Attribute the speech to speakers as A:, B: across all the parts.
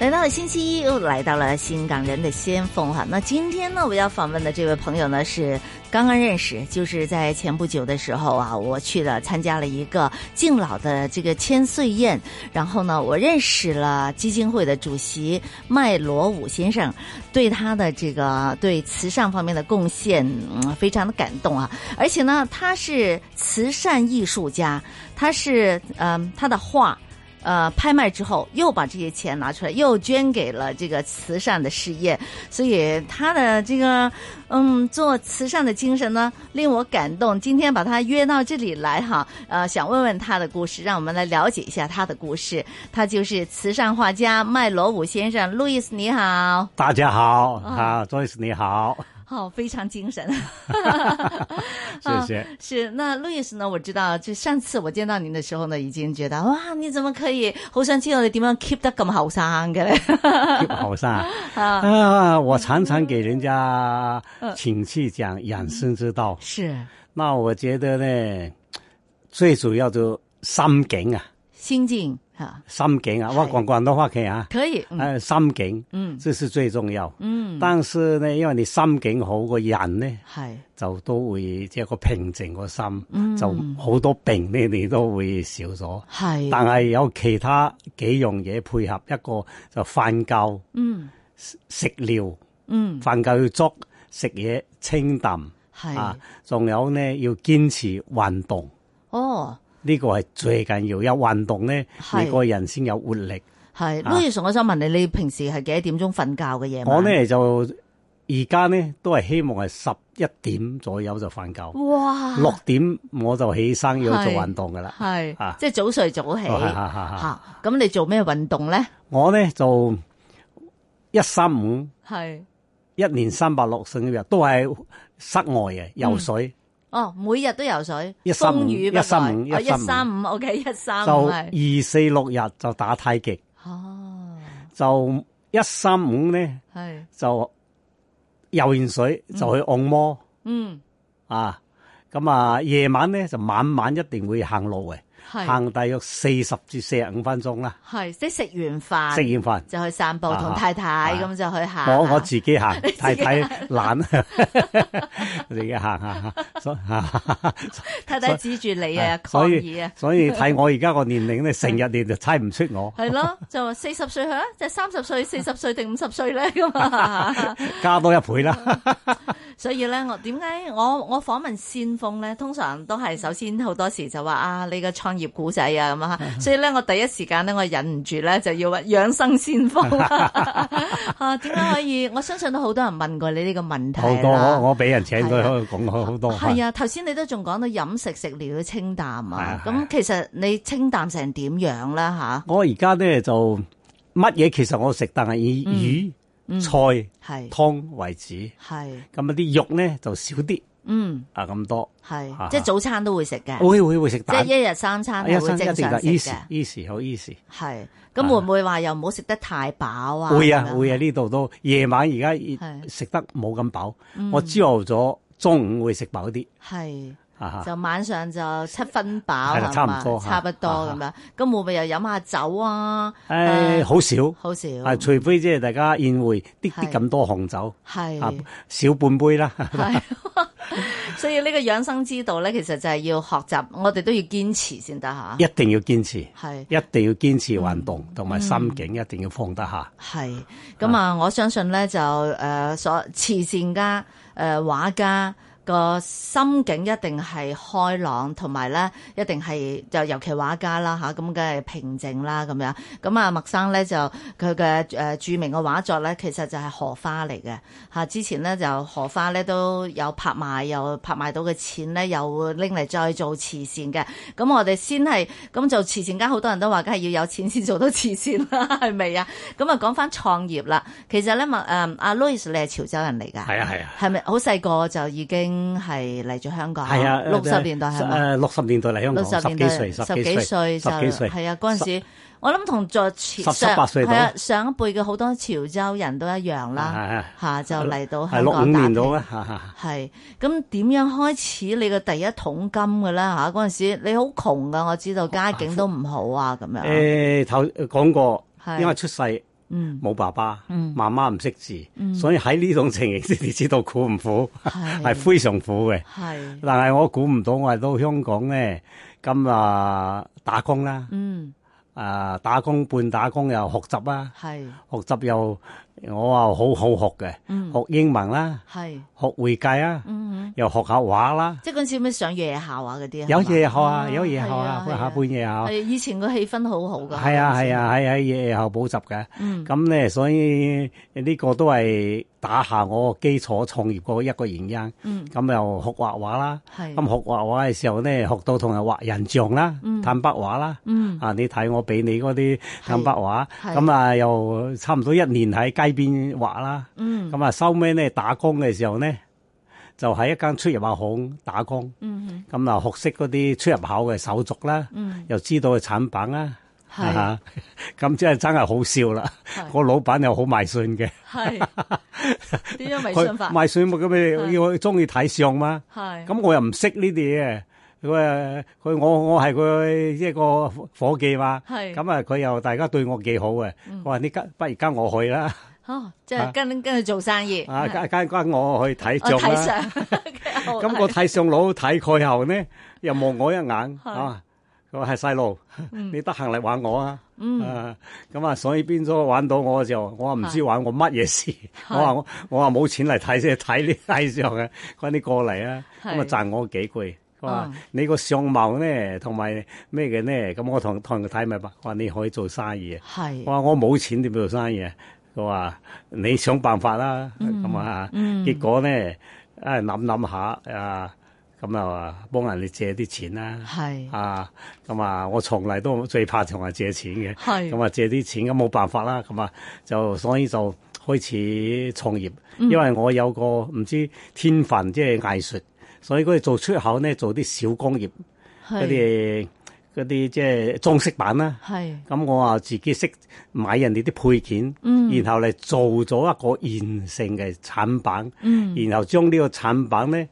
A: 来到了星期一，又来到了新港人的先锋哈。那今天呢，我要访问的这位朋友呢是刚刚认识，就是在前不久的时候啊，我去了参加了一个敬老的这个千岁宴，然后呢，我认识了基金会的主席麦罗武先生，对他的这个对慈善方面的贡献，嗯，非常的感动啊。而且呢，他是慈善艺术家，他是嗯、他的画。呃拍卖之后，又把这些钱拿出来，又捐给了这个慈善的事业。所以他的这个嗯做慈善的精神呢，令我感动。今天把他约到这里来哈，呃，想问问他的故事，让我们来了解一下他的故事。他就是慈善画家麦罗武先生路易斯，你好。
B: 大家好，
A: 啊
B: 啊，Joyce 你好，
A: 好、非常精神。 啊
B: 谢谢。
A: 是，那路易斯呢？我知道，就上次我见到您的时候呢，已经觉得哇，你怎么可以？好想知道你点样 keep 得咁後生嘅咧？
B: 好生啊
A: 啊
B: 啊！我常常给人家请去讲养生之道，
A: 是
B: 那我觉得呢，最主要就心境啊，
A: 心境啊，
B: 心境啊，我
A: 是
B: 广广东话可以啊，
A: 可以，嗯
B: 呃，心境，
A: 嗯
B: 这是最重要。
A: 嗯，
B: 但是呢，因為你心境好，個人呢
A: 係
B: 就都會即係個平靜個心，
A: 嗯
B: 就好多病呢你都會少咗。
A: 係，
B: 但係有其他幾樣嘢配合，一個就瞓覺、
A: 嗯
B: 食療，
A: 嗯
B: 瞓覺要足，食嘢清淡
A: 係
B: 啊，，仲有呢要堅持運動，
A: 哦
B: 呢、個係最緊要。有運動呢，
A: 係
B: 你個人先有活力。
A: 係。
B: 啊
A: 路易斯，我想問你，你平時係幾多點鐘瞓覺嘅夜晚？
B: 我呢就而家呢都係希望係十一點左右就瞓覺，
A: 哇，
B: 六點我就起身要做
A: 係
B: 運動噶啦。
A: 係
B: 啊
A: 即係早睡早起
B: 哦係係係係
A: 嚇咁你做咩運動咧？
B: 我呢就一三五。
A: 係
B: 一年三百六十五日都係室外嘅游水，
A: 哦，每日都游水，
B: 一三五
A: 風雨不改
B: 一三五
A: 哦
B: 一
A: 一
B: 三五
A: 三五，OK，一三
B: 就
A: 五係
B: 二四六日就打太極，
A: 哦，
B: 就一三五呢
A: 係
B: 就游完水就去按摩、
A: 嗯
B: 啊，咁啊夜晚呢就晚晚一定會行路嘅，
A: 係
B: 行大約四十至四十五分鐘啦，
A: 係，即係食完飯
B: 食完飯。
A: 就去散步，
B: 啊
A: 同太太
B: 啊
A: 咁就去行。
B: 我我 自己行，太太懶， 自己行下，所
A: 太太指住
B: 哎
A: 你啊，抗
B: 所
A: 議
B: 以
A: 啊，
B: 所以睇我而家個年齡咧，成日你就猜唔出我。
A: 係 咯，就話四十歲去啊，即係三十歲、四十歲定五十歲咧咁 啊。
B: 加多一倍 啦，
A: 所以咧，我點解我我訪問先鋒咧，通常都係首先好多時就話啊，你嘅創業故仔啊咁啊， 所以咧我第一時間咧我忍唔住咧就要話養生先 鋒啊，點解可以？我相信都好多人問過你呢個問題
B: 好多
A: 啦
B: 哦我我俾人請
A: 係
B: 佢
A: 啊
B: 講好多，
A: 係啊，頭先你都仲講到飲食食療清淡
B: 係
A: 啊
B: 啊，係
A: 咁
B: 啊
A: 其實你清淡成點樣啦
B: 我而家咧就乜嘢其實我食，但係以
A: 嗯嗯
B: 魚、菜、
A: 吓？係
B: 湯為主，
A: 係，
B: 咁啊啲肉咧就少啲
A: 嗯
B: 啊咁多。
A: 係，
B: 啊
A: 即係早餐都會食嘅，
B: 會會會食
A: 即係
B: 蛋，哎
A: 一日三餐係會
B: 餐
A: 正常食
B: easy
A: 嘅。
B: easy 好 easy。
A: 係咁會唔會話又唔好食得太飽
B: 啊
A: 啊？
B: 會啊會
A: 啊，
B: 啊，呢度都夜晚而家
A: 係嗯
B: 食得冇咁飽，我朝頭早中午會食飽啲
A: 係
B: 啊
A: 就晚上就七分飽
B: 係啦
A: 係
B: 差
A: 嘛
B: 唔多啊嚇
A: 差不多咁樣。咁會唔會又飲下酒啊？
B: 誒哎好少
A: 好少
B: 啊，
A: 係
B: 除非即係大家宴會啲
A: 係
B: 啲咁多紅酒啊
A: 係，
B: 少半杯啦。
A: 所以呢個養生之道咧，其實就係要學習，我哋都要堅持先得吓。
B: 一定要堅持，
A: 係
B: 一定要堅持運動，
A: 嗯
B: 同埋心境一定要放得下。
A: 係咁啊！我相信咧就誒、呃所慈善家誒、呃、畫家個心境一定係開朗，同埋咧一定係就尤其畫家啦吓，咁梗係平靜啦咁樣。咁啊，麥生咧就佢嘅誒著名嘅畫作咧，其實就係荷花嚟嘅吓。之前咧就荷花咧都有拍賣，又拍賣到嘅錢咧又會拎嚟再做慈善嘅。咁我哋先係咁做慈善家，好多人都話梗係要有錢先做到慈善啦，係咪啊？ 咁啊，講翻創嗯業啦，其實咧，麥誒阿 Louis 你係潮州人嚟㗎，
B: 係啊係啊，
A: 係咪好細個就已經經係嚟咗香港，
B: 係啊，
A: 六十年代係咪？
B: 誒六十年代嚟香
A: 六
B: 港，
A: 十
B: 十
A: 年
B: 幾
A: 代
B: 歲，
A: 十
B: 幾
A: 幾
B: 歲，
A: 歲
B: 十
A: 就
B: 幾歲，
A: 係啊，嗰陣時我諗同在潮
B: 十七八歲
A: 係
B: 到啊
A: 啊，上一輩嘅好多潮州人都一樣啦，
B: 係
A: 嚇就嚟到
B: 係
A: 香
B: 六五
A: 港打
B: 年
A: 拼
B: 到啊啦，嚇嚇
A: 係咁點樣開始你嘅第一桶金嘅啦嚇？嗰陣時你好窮噶，我知道家境都唔好啊咁樣。
B: 誒頭講過，
A: 係
B: 因為出世。
A: 嗯，
B: 冇爸爸，
A: 嗯
B: 媽媽唔識字，所以喺呢種情形，你知道苦唔苦，
A: 係
B: 係非常苦嘅。
A: 係
B: 但係我估唔到，我嚟到香港咧，咁啊打工啦，
A: 嗯
B: 啊打工半打工又學習啦，
A: 係
B: 學習又我啊好好學嘅，
A: 嗯
B: 學英文啦，
A: 係
B: 學會計啊，
A: 嗯，
B: 又學下畫啦，
A: 即係嗰陣時咩上夜校啊嗰啲係
B: 有
A: 嘛
B: 夜校啊，
A: 哦
B: 有夜校啊，
A: 係
B: 下
A: 啊
B: 半夜校
A: 係，以前個氣氛好好噶。
B: 係啊係
A: 啊，
B: 啊，喺喺夜校補習嘅。
A: 嗯
B: 咁咧，所以呢個都係打下我基礎創業嗰一個原因。
A: 嗯
B: 咁又學畫畫啦，
A: 係
B: 咁學畫畫嘅時候咧，學到同人畫人像啦、炭筆畫啦。
A: 嗯
B: 啊！你睇我俾你嗰啲炭筆畫，
A: 係
B: 咁啊又差唔多一年喺街邊畫啦。
A: 嗯
B: 咁啊收尾咧打工嘅時候咧，就喺一間出入口行打工。
A: 嗯
B: 咁啊學識嗰啲出入口嘅手續啦，
A: 嗯
B: 又知道嘅產品啦。
A: 係
B: 啊咁即係真係好笑啦！
A: 係
B: 個老闆又好賣信嘅，
A: 係 點樣迷
B: 佢
A: 信法？
B: 賣信咁
A: 係
B: 你要中意睇相嘛？
A: 係
B: 咁我又唔識呢啲嘢，佢誒佢我我係佢一個伙計嘛，
A: 係
B: 咁啊佢又大家對我幾好嘅，
A: 嗯
B: 我話你跟不如跟我去啦，
A: 哦，即係跟跟佢做生意
B: 啊
A: 係
B: 跟跟跟我去睇
A: 我睇
B: 相啦，
A: 相，
B: 咁
A: 咁
B: 個睇相佬睇佢後 呢，又望我一眼
A: 係
B: 啊，佢話係細路，你得閒嚟玩我啊！
A: 嗯
B: 啊，咁啊，所以變咗玩到我嘅時候，我話唔知
A: 係
B: 玩我乜嘢事，我話我我話冇錢嚟睇啫， 睇呢睇相嘅，佢話你過嚟啊，
A: 係
B: 咁啊賺我幾句。佢話
A: 嗯
B: 你個相貌咧，同埋咩嘅咧，咁我同同佢睇咪白，我話你可以做生意啊。
A: 係
B: 我話我冇錢點做生意啊？佢話你想辦法啦，
A: 嗯
B: 咁啊，結果咧，啊諗諗下啊，咁啊幫人哋借啲錢啦。
A: 係
B: 啊，咁啊，我從嚟都最怕同人借錢嘅，
A: 係
B: 咁啊借啲錢咁冇辦法啦，咁啊就所以就開始創業，因為我有個唔知天分，即係藝術，所以嗰啲做出口咧做啲小工業嗰
A: 係
B: 啲嗰啲即係裝飾品啦。
A: 係
B: 咁我啊自己識買人哋啲配件，然後嚟做咗一個現成嘅產品，然後將呢個產品咧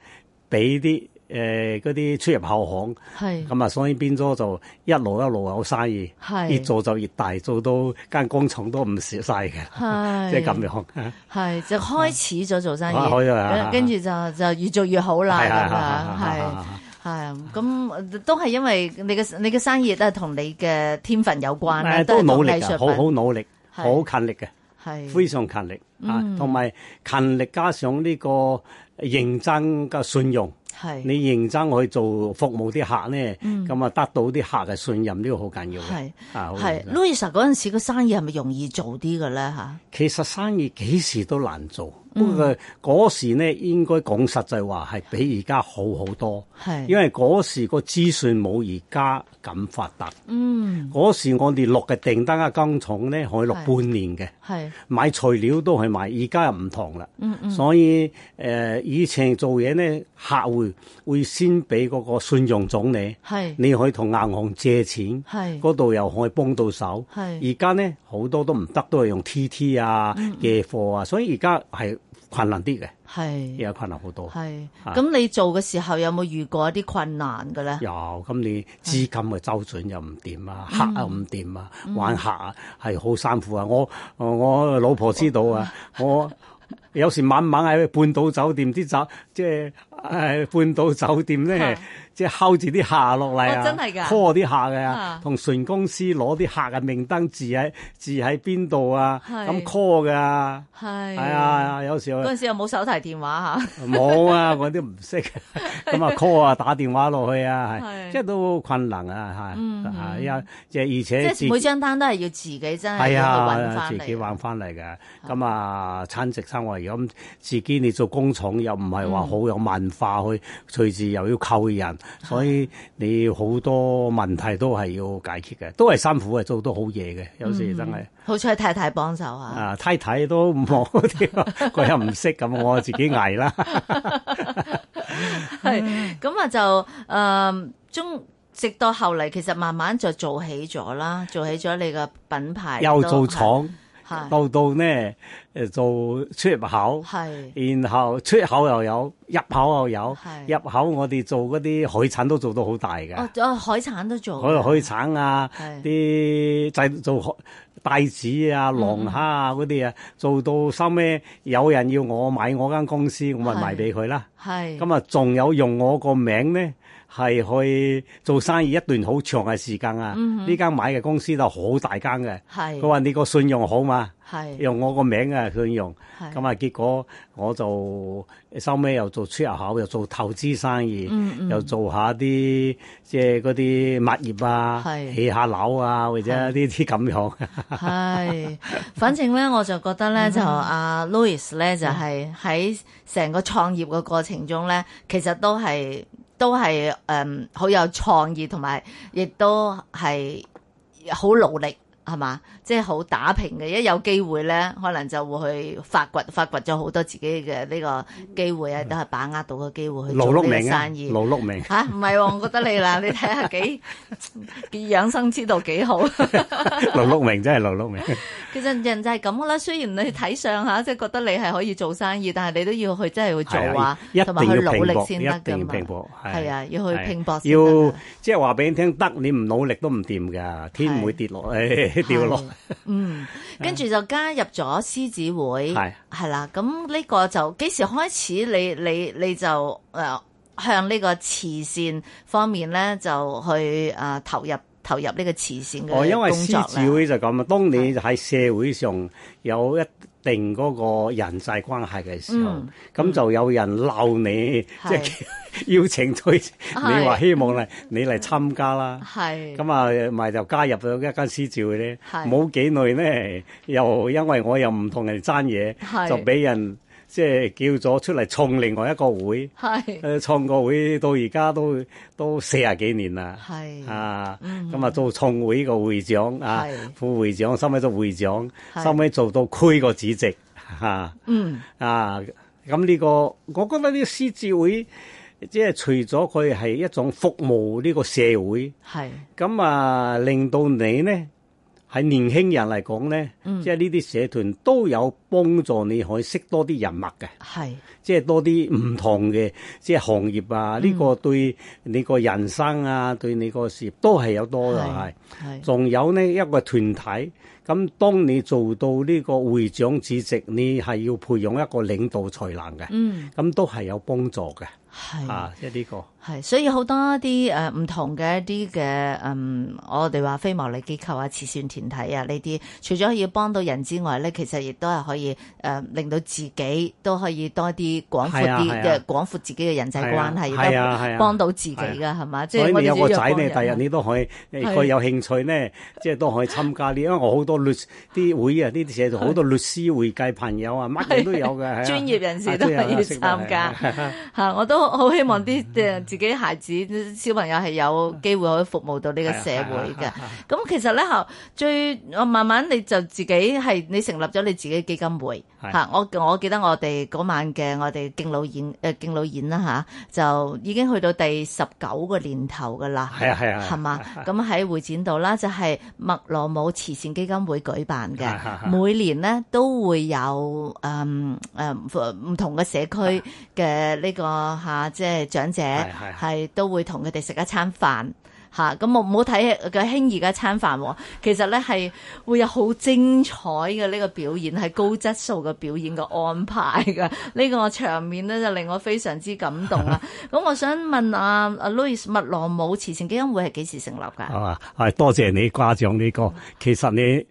B: 俾啲誒嗰啲出入口行。
A: 係
B: 咁啊，所以變咗就一路一路有生意，
A: 係
B: 越做就越大，做到間工廠都唔少晒嘅，
A: 係
B: 即係咁樣。
A: 係就開始咗做生意，
B: 啊開咗啊
A: 跟住就就越做越好啦，
B: 係係
A: 咁樣係。 係咁都係因為你嘅你嘅生意都係同你嘅天分有關啦，
B: 誒都
A: 係同
B: 努力
A: 藝術
B: 嘅，好好努力，
A: 係
B: 好勤力嘅，
A: 係
B: 非常勤力啊！同埋勤力加上呢個認真嘅信用，
A: 係
B: 你認真去做服務啲客咧，咁啊得到啲客嘅信任，呢個好緊要嘅
A: 嗯係。
B: 啊好
A: 係
B: 緊要
A: Louisa 嗰陣時個生意係咪容易做啲嘅咧吓？
B: 其實生意幾時都難做，
A: 嗯
B: 不過嗰時咧應該講實際話係比而家好好多。
A: 係
B: 因為嗰時個資訊冇而家咁發達，
A: 嗯
B: 嗰時我哋落嘅訂單嘅啊工廠咧，可以落
A: 係
B: 半年嘅，
A: 係
B: 買材料都係買，而家又唔同啦。
A: 嗯嗯
B: 所以誒、呃以前做嘢咧，客戶會先俾嗰個信用總理，
A: 係
B: 你可以同銀行借錢，
A: 係
B: 嗰度又可以幫到手。
A: 係嗯
B: 而家咧好多都唔得，都係用 TT 啊、夜貨啊，所以而家係困難啲嘅，而
A: 係
B: 家困難好多。
A: 係
B: 啊
A: 咁你做嘅時候有冇遇過一啲困難嘅咧？
B: 有咁你資金嘅周轉又唔掂啊，
A: 嗯
B: 客啊唔掂啊，玩客啊係好辛苦啊！我我我老婆知道啊，
A: 嗯
B: 我有時晚晚喺半島酒店啲酒，即係誒半島酒店咧
A: 嚇，
B: 即係睺住啲客落嚟啊，
A: 哦真係㗎
B: call 啲客嘅
A: 嚇
B: 啊，同船公司攞啲客嘅名單字喺字喺邊度啊，
A: 係
B: 咁 call 㗎，
A: 係
B: 係啊，有時候
A: 嗰陣時有冇手提電話吓？
B: 冇 啊，我都唔識， 咁啊 call 啊，打電話落去啊，
A: 係嗯
B: 係，即係都好困難啊，係，啊，因為即係而且
A: 即
B: 自
A: 係每張單都係要自己真係
B: 係
A: 要去揾
B: 啊，
A: 翻
B: 自己
A: 嚟。
B: 玩翻嚟嘅，咁啊，餐食生活咁，自己你做工廠又唔係話好
A: 嗯
B: 有文化去，隨時又要扣人，所以你好多問題都係要解決嘅，都係辛苦嘅，做到好夜嘅，有時真係。
A: 好彩太太幫手啊！
B: 啊，太 太都唔學嗰啲，佢又唔識咁，我自己捱啦。
A: 係咁啊就誒、呃中。直到後嚟，其實慢慢就做起咗啦，做起咗你嘅品牌，
B: 又做
A: 都
B: 廠，
A: 係，
B: 到到呢誒做出入口，
A: 係
B: 然後出口又有，入口又有，
A: 係
B: 入口我哋做嗰啲海產都做到好大嘅，
A: 哦哦海產都做
B: 海
A: 嘅，
B: 海產啊，
A: 係
B: 啲製造海帶子啊、龍蝦啊嗰啲啊，做到收尾有人要我買我間公司，我咪
A: 係
B: 賣俾佢啦。
A: 係
B: 咁啊，仲有用我個名咧，係去做生意一段好長嘅時間啊！呢間買嘅公司就好大間嘅，
A: 係
B: 佢話你個信用好嘛，
A: 係
B: 用我個名啊信用。
A: 係
B: 咁啊，結果我就收尾又做出入口，又做投資生意，
A: 嗯
B: 又做下啲即係嗰啲物業啊，
A: 係
B: 起下樓啊，或者呢啲咁樣。
A: 係，反正咧，我就覺得
B: 嗯
A: 咧，就阿 Louis 咧，就係喺成個創業嘅過程中咧，其實都係都係誒好有創意，同埋亦都係好努力。係嘛？即係好打拼嘅，一有機會咧，可能就會去發掘，發掘咗好多自己嘅呢個機會啊，都係把握到個機會
B: 嗯
A: 去
B: 勞
A: 做
B: 碌
A: 呢個
B: 命啊，
A: 生意。
B: 勞碌 命。
A: 吓，唔係喎，我覺得你啦，你睇 下幾養生之道幾好。
B: 勞碌命真係勞碌命，
A: 其實人就係咁噶啦，雖然你睇上下即係覺得你係可以做生意，但係你都要去真係去做
B: 係啊
A: 啊，
B: 一
A: 同
B: 定
A: 埋
B: 要
A: 去努
B: 拼
A: 力
B: 搏，
A: 先
B: 一
A: 得噶
B: 定要
A: 嘛。
B: 拼搏。
A: 係啊，要去拼搏先得㗎
B: 要即係話俾你聽，得你唔努力都唔掂㗎，天唔會 跌落，誒掉落。。
A: 係嗯，跟住就加入咗獅子會，
B: 係
A: 係啦。咁呢個就幾時開始你？你你就誒、呃向呢個慈善方面咧，就去誒、呃投入投入呢個慈善嘅工作
B: 哦，
A: 呢
B: 因為獅子會就咁啊，當你喺社會上有一定嗰個人際關係嘅時候
A: 嗯，
B: 咁就有人鬧你，即
A: 係
B: 係 邀請推
A: 係
B: 你話希望嚟你
A: 嗯
B: 嚟參加啦。
A: 係
B: 咁啊，咪就加入咗一間獅子會咧。
A: 係
B: 冇幾耐咧，又因為我又唔同人爭
A: 係
B: 嘢，就俾人即係叫咗出嚟創另外一呃個會。
A: 係
B: 誒創個會到而家都都四十幾年啦。
A: 係
B: 啊，咁啊做創會個會長啊
A: 係，
B: 副會長，收尾做會長，
A: 係
B: 收尾做到區個主席，嚇
A: 嗯
B: 啊，咁呢個我覺得呢個獅子會，即係除咗佢係一種服務呢個社會，
A: 係
B: 咁啊令到你呢，喺年輕人嚟講呢，即係呢啲社團都有幫助你可以識多啲人脈嘅。
A: 係
B: 即係多啲唔同嘅即係行業
A: 嗯
B: 啊，呢、個對你個人生啊，對你個事業都係有多嘅係。
A: 係。
B: 仲有呢一個團體，咁當你做到呢個會長主席，你係要培養一個領導才能嘅，
A: 嗯，
B: 咁都係有幫助嘅
A: 係
B: 啊！即係呢個
A: 係，所以好多啲誒唔同嘅一啲嘅嗯，我哋話非牟利機構啊、慈善團體啊呢啲，除咗要幫到人之外咧，其實亦都係可以誒、呃令到自己都可以多啲廣闊
B: 係啊
A: 啲
B: 係啊
A: 嘅廣闊自己嘅人際關係，亦
B: 係啊係
A: 都
B: 啊
A: 幫到自己㗎，係嘛？即
B: 所
A: 係
B: 以
A: 我
B: 你有
A: 哋
B: 個
A: 要
B: 仔
A: 幫
B: 咧，
A: 人啊
B: 第日你都可以，誒佢有興趣咧，即係都可以參加呢。因為我好多律啲會啊，呢啲社團好多律師、會計朋友啊，乜嘢都有嘅。係啊
A: 專業人士
B: 啊
A: 都可
B: 有啊
A: 以
B: 識得
A: 參加
B: 係啊嗯
A: 嚇，我都 好希望啲誒自己孩子小朋友係有機會可以服務到呢個社
B: 啊
A: 會嘅。咁其實咧後最我慢慢你就自己係你成立咗你自己基金會
B: 係
A: 嚇。我我記得我哋嗰晚嘅我哋敬老演誒敬老演啦嚇，就已經去到第十九個年頭㗎啦。
B: 係啊係啊，
A: 係 嘛？咁喺會展度啦，就係麥羅姆慈善基金會舉 辦嘅
B: 係係，係
A: 每年呢都會有誒誒唔同嘅社區嘅呢個嚇，即係長者
B: 係係
A: 係都會同佢哋食一餐飯。吓咁我唔好睇佢輕易嘅一餐飯喎，其實咧係會有好精彩嘅呢個表演，係高質素嘅表演嘅安排嘅。呢、個場面咧就令我非常之感動 啊！咁我想問阿阿 Louis 麥羅姆慈善基金會係幾時成立㗎？
B: 係嘛？係啊多謝你誇獎呢個，其實你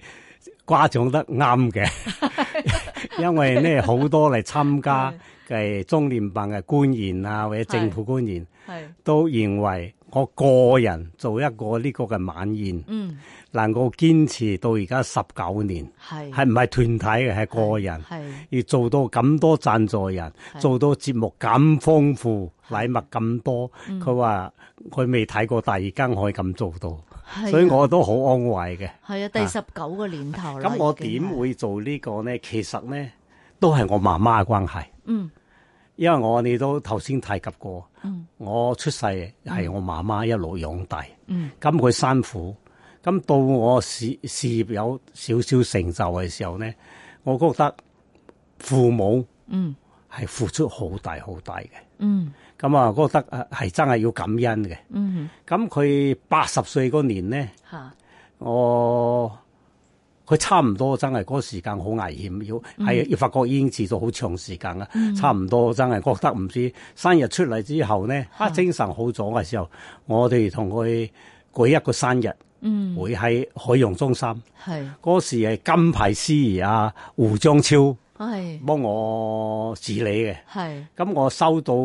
B: 誇獎得啱嘅， 因為呢好多嚟參加嘅中聯辦嘅官員啊，或者政府官員
A: 係
B: 都認為我個人做一個呢個嘅晚宴，
A: 嗯
B: 能夠堅持到而家十九年，
A: 係
B: 係唔係團體嘅，係個人。
A: 係
B: 要做到咁多贊助人
A: 係，
B: 做到節目咁豐富，禮物咁多，佢話佢未睇過第二間可以咁做到，
A: 係啊
B: 所以我都好安慰嘅。
A: 係啊第十九個年頭啦。
B: 咁我
A: 已經
B: 點
A: 係
B: 會做呢個呢？其實呢，都係我媽媽嘅關係。
A: 嗯
B: 因為我哋都頭先提及過，
A: 嗯
B: 我出世係我媽媽一路養大，
A: 嗯
B: 咁佢辛苦，咁到我事事業有少少成就嘅時候咧，我覺得父母
A: 嗯
B: 係付出好大好大嘅，
A: 嗯
B: 咁啊覺得啊係真係要感恩嘅。
A: 嗯，
B: 咁佢八十歲嗰年咧，
A: 吓，
B: 我哦佢差唔多真係嗰個時間好危險，要係、要發覺已經持續好長時間啦，差唔多真係覺得唔知生日出嚟之後咧，啊精神好咗嘅時候，我哋同佢舉一個生日，
A: 嗯
B: 會喺海洋中心。
A: 系
B: 嗰時係金牌司儀啊，胡章超
A: 系
B: 幫我治理嘅。
A: 系，
B: 咁我收到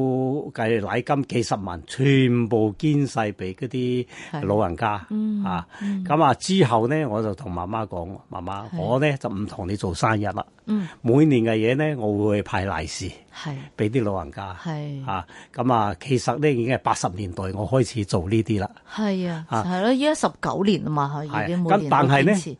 B: 嘅禮金幾十萬，全部捐晒俾嗰
A: 係
B: 啲老人家
A: 嗯
B: 啊。咁啊之後咧，我就同媽媽講：媽媽，
A: 係
B: 我咧就唔同你做生日啦。
A: 嗯
B: 每年嘅嘢咧，我會派利是
A: 系
B: 俾啲老人家。
A: 系
B: 啊，咁啊，其實咧已經係八十年代我開始做呢啲啦，
A: 系啊，
B: 啊
A: 系咯，依家十九年啊嘛，已經
B: 係
A: 每
B: 咁
A: 年
B: 但
A: 都
B: 係
A: 堅
B: 呢
A: 持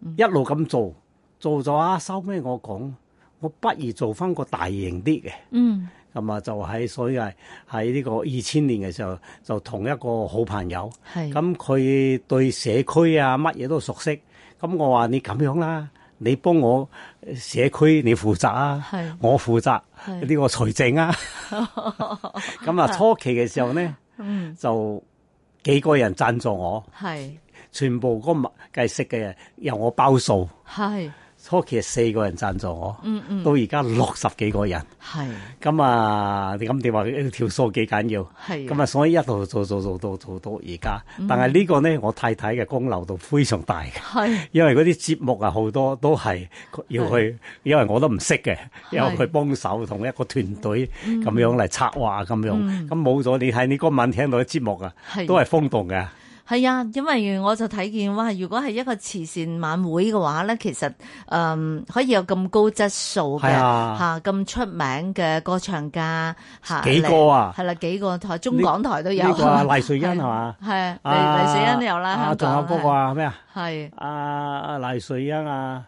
A: 嗯
B: 一路咁做，做咗啊，收尾我講，我不如做翻個大型啲嘅。
A: 嗯
B: 咁啊，就喺所以係喺呢個二千年嘅時候，就同一個好朋友，
A: 系
B: 咁佢對社區啊乜嘢都熟悉，咁我話你咁樣啦，你幫我呃社區你負責啊
A: 係，
B: 我負責
A: 係
B: 呢個財政 啊。咁啊，初期嘅時候咧，
A: 嗯
B: 就幾個人贊助我，
A: 系
B: 全部嗰物計息嘅由我包數。
A: 系
B: 初期係四個人贊助我，
A: 嗯嗯
B: 到而家六十幾個人。
A: 系
B: 咁啊，你咁你話條數幾緊要？
A: 系
B: 咁啊，所以一路做做做到做到而家。但係呢個咧，我太太嘅功勞度非常大嘅，
A: 系
B: 因為嗰啲節目啊好多都係要去，因為我都唔識嘅，因為佢幫手同一個團隊
A: 嗯
B: 咁樣嚟策劃啊咁樣。咁冇咗你睇你嗰晚聽到啲節目啊，
A: 係
B: 都係風動嘅。
A: 系啊，因為我就睇見哇，如果係一個慈善晚會嘅話咧，其實嗯可以有咁高質素嘅
B: 係啊
A: 吓，咁出名嘅歌唱家吓，
B: 幾個啊
A: 係啦，幾個台中港台都有，
B: 呢個啊賴瑞恩係嘛？
A: 係黎
B: 啊
A: 黎水恩都有啦，
B: 啊
A: 香
B: 仲有
A: 港
B: 嗰個啊咩啊？
A: 係
B: 啊啊賴瑞恩啊，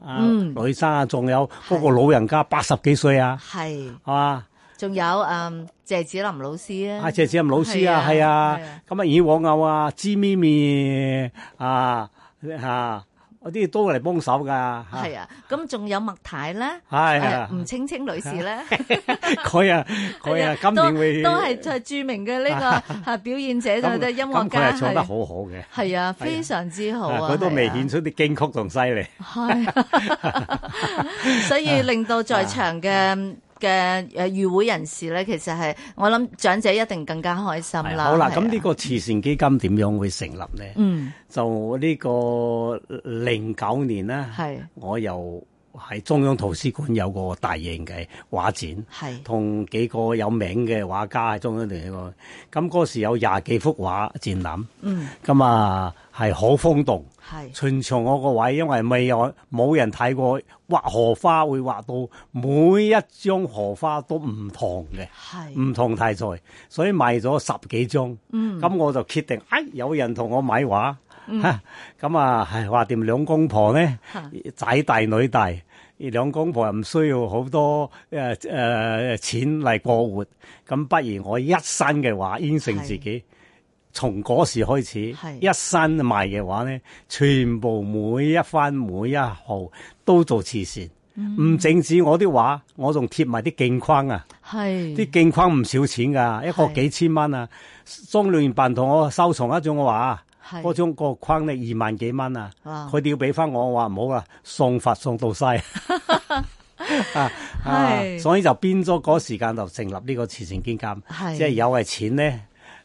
B: 啊
A: 嗯
B: 女生啊，仲有嗰個老人家八十幾歲啊，
A: 係，
B: 係嘛？
A: 仲有嗯謝子林老師啊
B: 啊，，謝志任老師啊，
A: 係
B: 係
A: 啊
B: 啊
A: 係啊，
B: 咁啊，以往牛啊，芝咪咪啊啊，嗰啲都嚟幫手噶，
A: 係啊，嗯咁仲有麥太咧，
B: 係
A: 誒
B: 啊
A: 吳青青女士咧。
B: 佢啊佢啊，今年會
A: 哎都都係就係著名嘅 呢個嚇表演者就
B: 咁
A: 係音樂
B: 咁佢
A: 家
B: 係唱得
A: 係
B: 好好嘅，
A: 係啊，非常之好
B: 啊
A: 啊！
B: 佢都未顯
A: 出，
B: 出啲驚曲仲犀利，
A: 係所
B: 啊
A: 以令到在場嘅嘅誒與會人士咧，其實係我諗長者一定更加開心
B: 係
A: 啦。
B: 好啦，
A: 係啊
B: 咁呢個慈善基金點樣會成立咧？
A: 嗯
B: 就呢個零九年啦，
A: 係
B: 我又喺中央圖書館有個大型嘅畫展。
A: 係
B: 同幾個有名嘅畫家喺中央聯繫咁嗰時有廿幾幅畫展覽，
A: 嗯
B: 咁啊係好風動。
A: 係
B: 全場我個位，因為未有冇人睇過畫荷花，會畫到每一張荷花都唔同嘅，
A: 係
B: 唔同題材，所以賣咗十幾張。
A: 嗯
B: 咁我就決定，哎，有人同我買畫，哈咁啊，係話掂兩公婆咧
A: 嚇，
B: 仔大女大，兩公婆又唔需要好多誒誒、呃錢嚟過活，咁不如我一生嘅畫應承自己。從嗰時開始，
A: 係
B: 一生賣嘅畫咧，全部每一番每一號都做慈善，
A: 嗯
B: 唔淨止我啲畫，我仲貼埋啲鏡框啊！啲
A: 係
B: 鏡框唔少錢㗎，一個
A: 係
B: 幾千蚊啊！中聯辦同我收藏一種嘅畫，
A: 係
B: 嗰種個框咧二萬幾蚊啊！
A: 哇
B: 佢哋要俾翻我，我話唔好啦，送佛送到西啊！啊
A: 係
B: 所以就變咗嗰時間就成立呢個慈善基金，即係有嘅錢咧，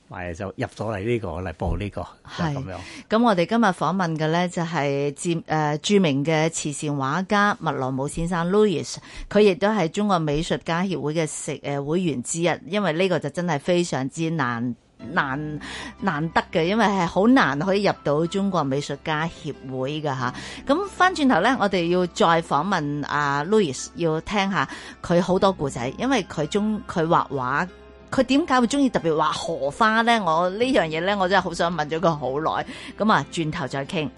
B: 咪就入咗嚟呢個嚟報呢、個就係咁樣。
A: 咁我哋今日訪問嘅咧就係著誒著名嘅慈善畫家麥羅姆先生 Louis，佢亦都係中國美術家協會嘅食誒會員之一，因為呢個就真係非常之難。難難得嘅，因為係好難可以入到中國美術家協會嘅吓。咁翻轉頭咧，我哋要再訪問阿 Louis，要聽下佢好多故仔，因為佢中佢畫畫，佢點解會中意特別畫荷花咧？我呢樣嘢咧，我真係好想問咗佢好耐。咁啊，轉頭再傾。